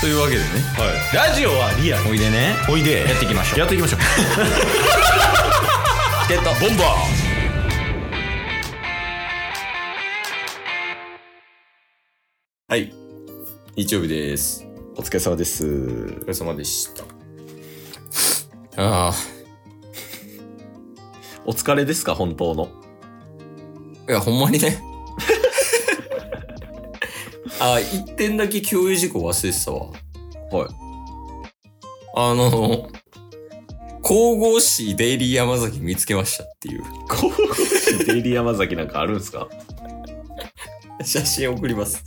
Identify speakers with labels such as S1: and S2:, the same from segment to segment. S1: というわけでね
S2: ラジオはリアル
S1: おいでね
S2: おいで
S1: やっていきましょう
S2: やっていきましょう
S1: チケットボンバーはい日曜日です
S2: お疲れ様です
S1: お疲れ様でしたああ
S2: お疲れですか本当の
S1: いや、ほんまにね。 あ、一点だけ共有事項忘れてたわ。
S2: はい
S1: あの、神々しいデイリー山崎見つけましたっていう。
S2: 神々しいデイリー山崎なんかあるんですか
S1: 写真送ります。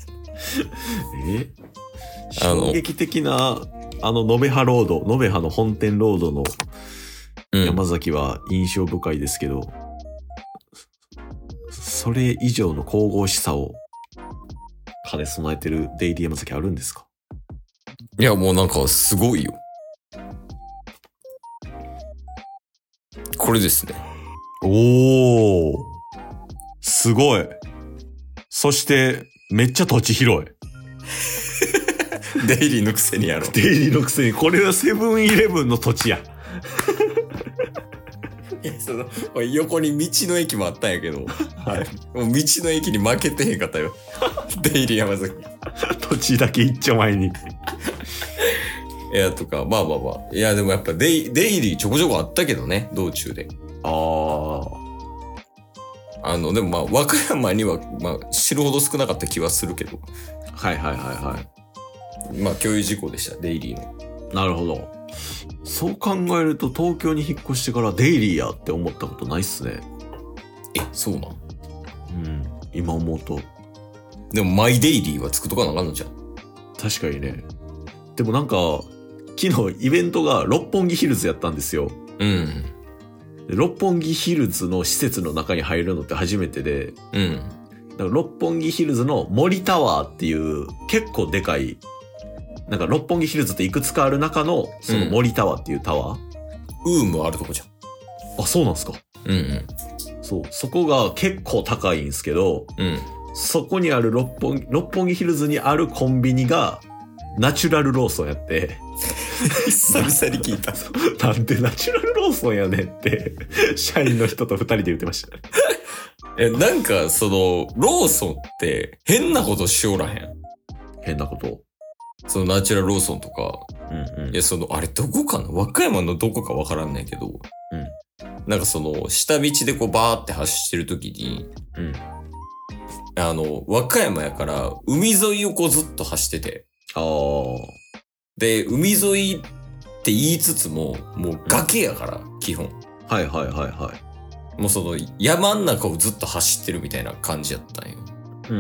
S2: え
S1: あの
S2: 衝撃的なあの延べ葉ロード延べ葉の本店ロードの
S1: うん。
S2: 山崎は印象深いですけど、それ以上の神々しさを兼ね備えてるデイリー山崎あるんですか
S1: いや、もうなんかすごいよ。これですね。
S2: おーすごいそしてめっちゃ土地広い
S1: デイリーのくせにやろ。
S2: デイリーのくせにこれはセブンイレブンの土地や
S1: いや、 その、おい横に道の駅もあったんやけど、も
S2: はい
S1: う道の駅に負けてへんかったよ。 デイリー山崎。
S2: 土地だけ一丁前に
S1: いや、とか、まあまあまあ。いや、でもやっぱデイ、デイリーちょこちょこあったけどね、道中で。
S2: あー
S1: あの、でもまあ、和歌山には、まあ、知るほど少なかった気はするけど、
S2: はいはいはいはい
S1: まあ、共有事項でした、デイリーの。
S2: なるほど。そう考えると東京に引っ越してからデイリーやって思ったことないっすね。
S1: え、そうなん
S2: うん。今思うと。
S1: でも、マイデイリーはつくとかなあかんのじゃん。
S2: 確かにね。でもなんか、昨日イベントが六本木ヒルズやったんですよ。
S1: うん。
S2: で六本木ヒルズの施設の中に入るのって初めてで、
S1: うん。
S2: だから六本木ヒルズの森タワーっていう結構でかい、なんか六本木ヒルズっていくつかある中のその森タワーっていうタワー。
S1: ウームあるとこじゃ
S2: あ、そうなんすか
S1: ん。うん
S2: そう。そこが結構高いんですけど、
S1: うん。うん。
S2: そこにある六本木、六本木ヒルズにあるコンビニが、ナチュラルローソンやって、
S1: 久々に聞いた。
S2: なんでナチュラルローソンやねんって、 社員の人と二人で言ってました。
S1: え、なんか、その、ローソンって、変なことしおらへん。
S2: 変なこと。
S1: その、ナチュラルローソンとか、
S2: うんうん
S1: いや、その、あれ、どこかな和歌山のどこかわからんねんけど、なんかその、下道でこう、バーって走ってる時に、
S2: うん。うん。
S1: あの、和歌山やから、海沿いをこうずっと走ってて。
S2: あー。
S1: で、海沿いって言いつつも、もう崖やから、基本。
S2: はいはいはいは
S1: もうその、山ん中をずっと走ってるみたいな感じやったんよ。
S2: い。うん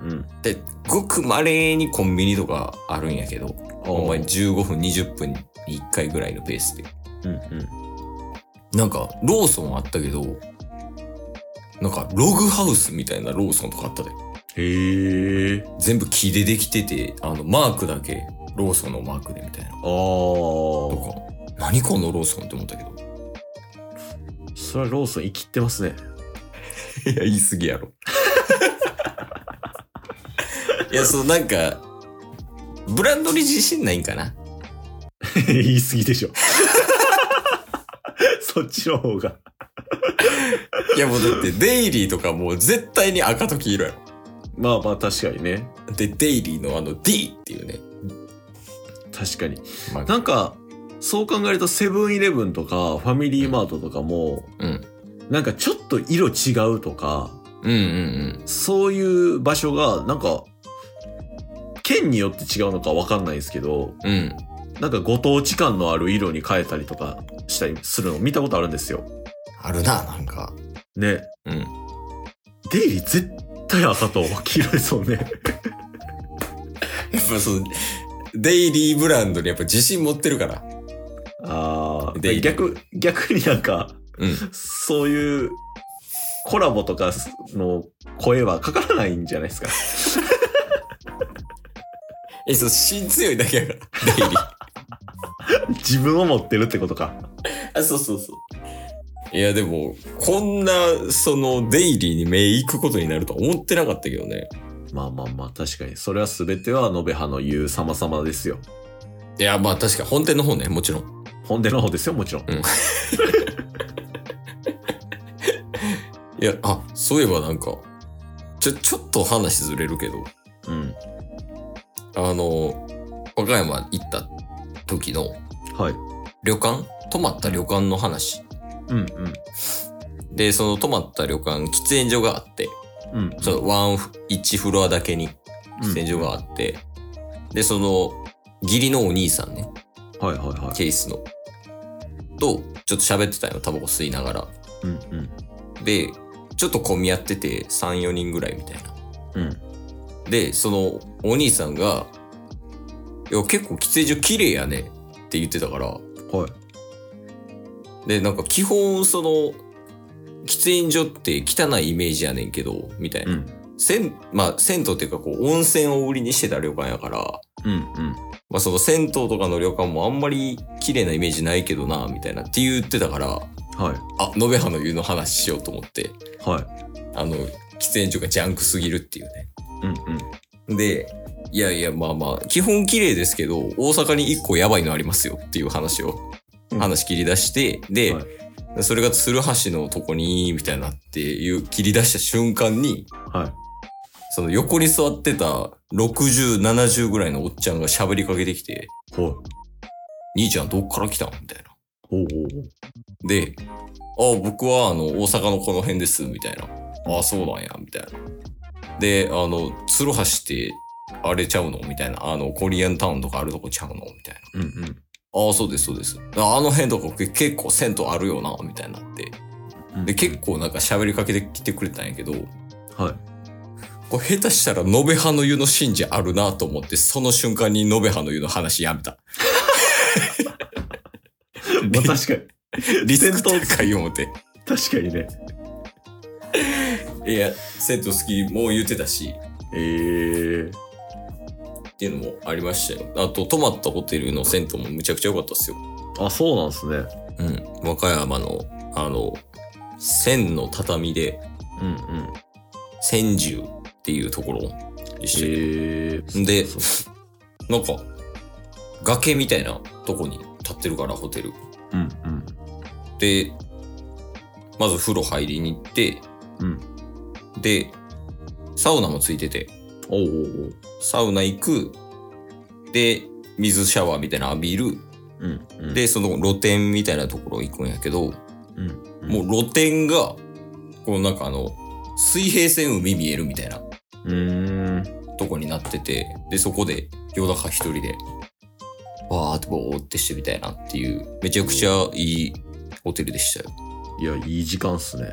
S2: うん
S1: で、ごく稀にコンビニとかあるんやけど、
S2: うん。
S1: ほんまに15分、20分に1回ぐらいのペースで。
S2: うんうん。
S1: なんか、ローソンあったけど、なんか、ログハウスみたいなローソンとかあったで。
S2: へえ。
S1: 全部木でできてて、あの、マークだけ、ローソンのマークでみたいな。
S2: あー。
S1: とか、何このローソンって思ったけど。
S2: それはローソン生きってますね。
S1: いや、言い過ぎやろ。 いや、そのなんか、ブランドに自信ないんかな。
S2: 言い過ぎでしょ。 そっちの方が。
S1: いや、もうだって、デイリーとかもう絶対に赤と黄色や
S2: まあまあ確かにね。
S1: ろ。で、デイリーのあの D っていうね。
S2: 確かに。
S1: まあ、
S2: なんか、そう考えるとセブンイレブンとかファミリーマートとかも、
S1: うん。
S2: なんかちょっと色違うとか、
S1: うんうんうん。
S2: そういう場所が、なんか、県によって違うのかわかんないですけど、
S1: うん。
S2: なんかご当地感のある色に変えたりとかしたりするの見たことあるんですよ。
S1: あるな、なんか。
S2: ね。
S1: うん。
S2: デイリー絶対赤と黄色ですもんね。
S1: やっぱその、デイリーブランドにやっぱ自信持ってるから。
S2: あ
S1: デイリー
S2: 逆、逆になんか、
S1: うん。
S2: そういうコラボとかの声はかからないんじゃない ですか。
S1: え、そう、芯強いだけやから。デイリー。
S2: 自分を持ってるってことか。
S1: あ、そうそうそう。いや、でも、こんな、その、デイリーに目行くことになるとは思ってなかったけどね。
S2: まあまあまあ、確かに。それは全ては、延べ派の言う様々ですよ。
S1: いや、まあ確か本店の方ね、もちろん。
S2: 本店の方ですよ、もちろん。
S1: いや、あ、そういえばなんか、ちょ、ちょっと話ずれるけど、
S2: うん。
S1: あの、和歌山行った時の
S2: はい。
S1: 旅館泊まった旅館の話。
S2: うんうん。
S1: で、その泊まった旅館、喫煙所があって、
S2: うん。
S1: そのワンフ、1フロアだけに喫煙所があって、で、その、義理のお兄さんね、
S2: はいはいはい。
S1: ケースの、と、ちょっと喋ってたよ、タバコ吸いながら。
S2: うんうん。
S1: で、ちょっと混み合ってて、3、4人ぐらいみたいな。
S2: うん。
S1: で、その、お兄さんが、いや、結構喫煙所綺麗やねって言ってたから、
S2: はい。
S1: で、なんか基本、その、喫煙所って汚いイメージやねんけど、みたいな。
S2: うん。
S1: 銭、まあ、銭湯っていうか、こう、温泉を売りにしてた旅館やから、
S2: うんうん。
S1: まあ、その銭湯とかの旅館もあんまり綺麗なイメージないけどな、みたいなって言ってたから、
S2: はい。
S1: あ、延べ葉の湯の話しようと思って、
S2: はい。
S1: あの、喫煙所がジャンクすぎるっていうね。
S2: うんうん。
S1: で、いやいや、まあまあ、基本綺麗ですけど、大阪に一個やばいのありますよっていう話を、
S2: うん
S1: 話切り出して、で、
S2: は
S1: それが鶴橋のとこに、みたいなっていう、切り出した瞬間に、
S2: はい。
S1: その横に座ってた60、70ぐらいのおっちゃんが喋りかけてきて、
S2: ほい。
S1: 兄ちゃんどっから来たんみたいな。
S2: ほう
S1: で、あ僕はあの、大阪のこの辺です、みたいな。ああ、そうなんや、みたいな。で、あの、鶴橋って、あれちゃうのみたいな。あの、コリアンタウンとかあるとこちゃうのみたいな。
S2: うんうん。
S1: ああ、そうです、そうです。ああの辺とかけ結構銭湯あるよな、みたいになって。
S2: うん
S1: で、結構なんか喋りかけてきてくれたんやけど、
S2: はい。
S1: これ下手したら、延べ派の湯の信者あるなと思って、その瞬間に延べ派の湯の話やめた。
S2: まあ確 かに。
S1: リセント高い思って。
S2: 確かにね。
S1: いや、銭湯好きもう言ってたし、
S2: ええ
S1: っていうのもありましたよ。あと、泊まったホテルの銭湯もむちゃくちゃ良かったですよ。
S2: あ、そうなんですね。
S1: うん。和歌山の、あの、千の畳で、
S2: うんうん。
S1: 千住っていうところでしたけど
S2: ええ
S1: で
S2: そう、
S1: なんか、崖みたいなとこに立ってるから、ホテル。
S2: うん
S1: で、まず風呂入りに行って、
S2: うん。うん。
S1: で、サウナもついてて、
S2: おうおう
S1: サウナ行く、で、水シャワーみたいなの浴びる、
S2: おう。うんうん。、
S1: で、その露店みたいなところ行くんやけど、
S2: うん。
S1: もう露店が、こうなんかあの、水平線海見えるみたいな
S2: うーん。
S1: とこになってて、で、そこで、ヨダカ一人で、わーってぼーってしてみたいなっていう、めちゃくちゃいいホテルでしたよ。
S2: いや、いい時間っすね。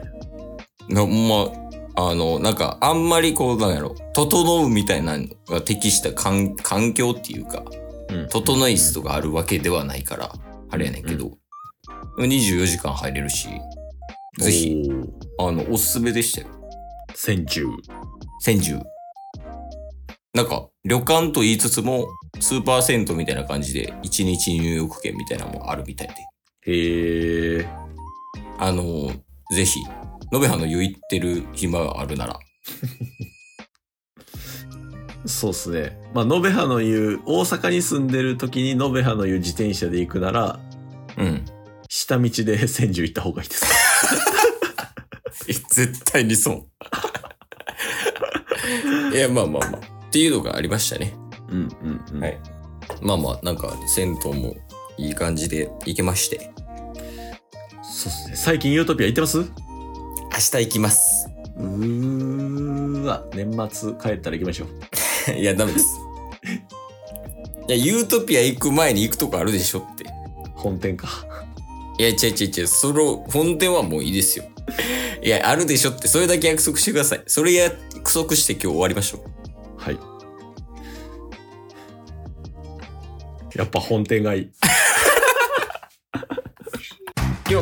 S1: な、ほんま、あの、なんか、あんまりこう、なんやろ、整うみたいなのが適した環環境っていうか、
S2: うん。
S1: 整い椅子とかあるわけではないから、あれやねんけど、24時間入れるし、ぜひ、
S2: おう。
S1: あの、おすすめでしたよ。
S2: 千住。
S1: 千住。なんか、旅館と言いつつも、スーパー銭湯みたいな感じで、一日入浴券みたいなのもあるみたいで。
S2: へえ
S1: あのーぜひ、延べ葉の湯行ってる暇があるなら。
S2: そうっすね。まあ、延べ葉の湯、大阪に住んでる時に延べ葉の湯自転車で行くなら、
S1: うん。
S2: 下道で千住行った方がいいです。
S1: 絶対にそう。 いや、まあまあまあ。っていうのがありましたね。
S2: うんうんうん。
S1: はいまあまあ、なんか、銭湯もいい感じで行けまして。
S2: そうっすね。最近ユートピア行ってますう
S1: 明日行きます。
S2: ーわ、年末帰ったら行きましょう。
S1: いや、ダメ です。いや、ユートピア行く前に行くとこあるでしょって。
S2: 本店か。
S1: いや、違う違う違う、その、本店はもういいですよ。いや、あるでしょって、それだけ約束してください。それや、約束して今日終わりましょう。
S2: はい。やっぱ本店がいい。
S1: 今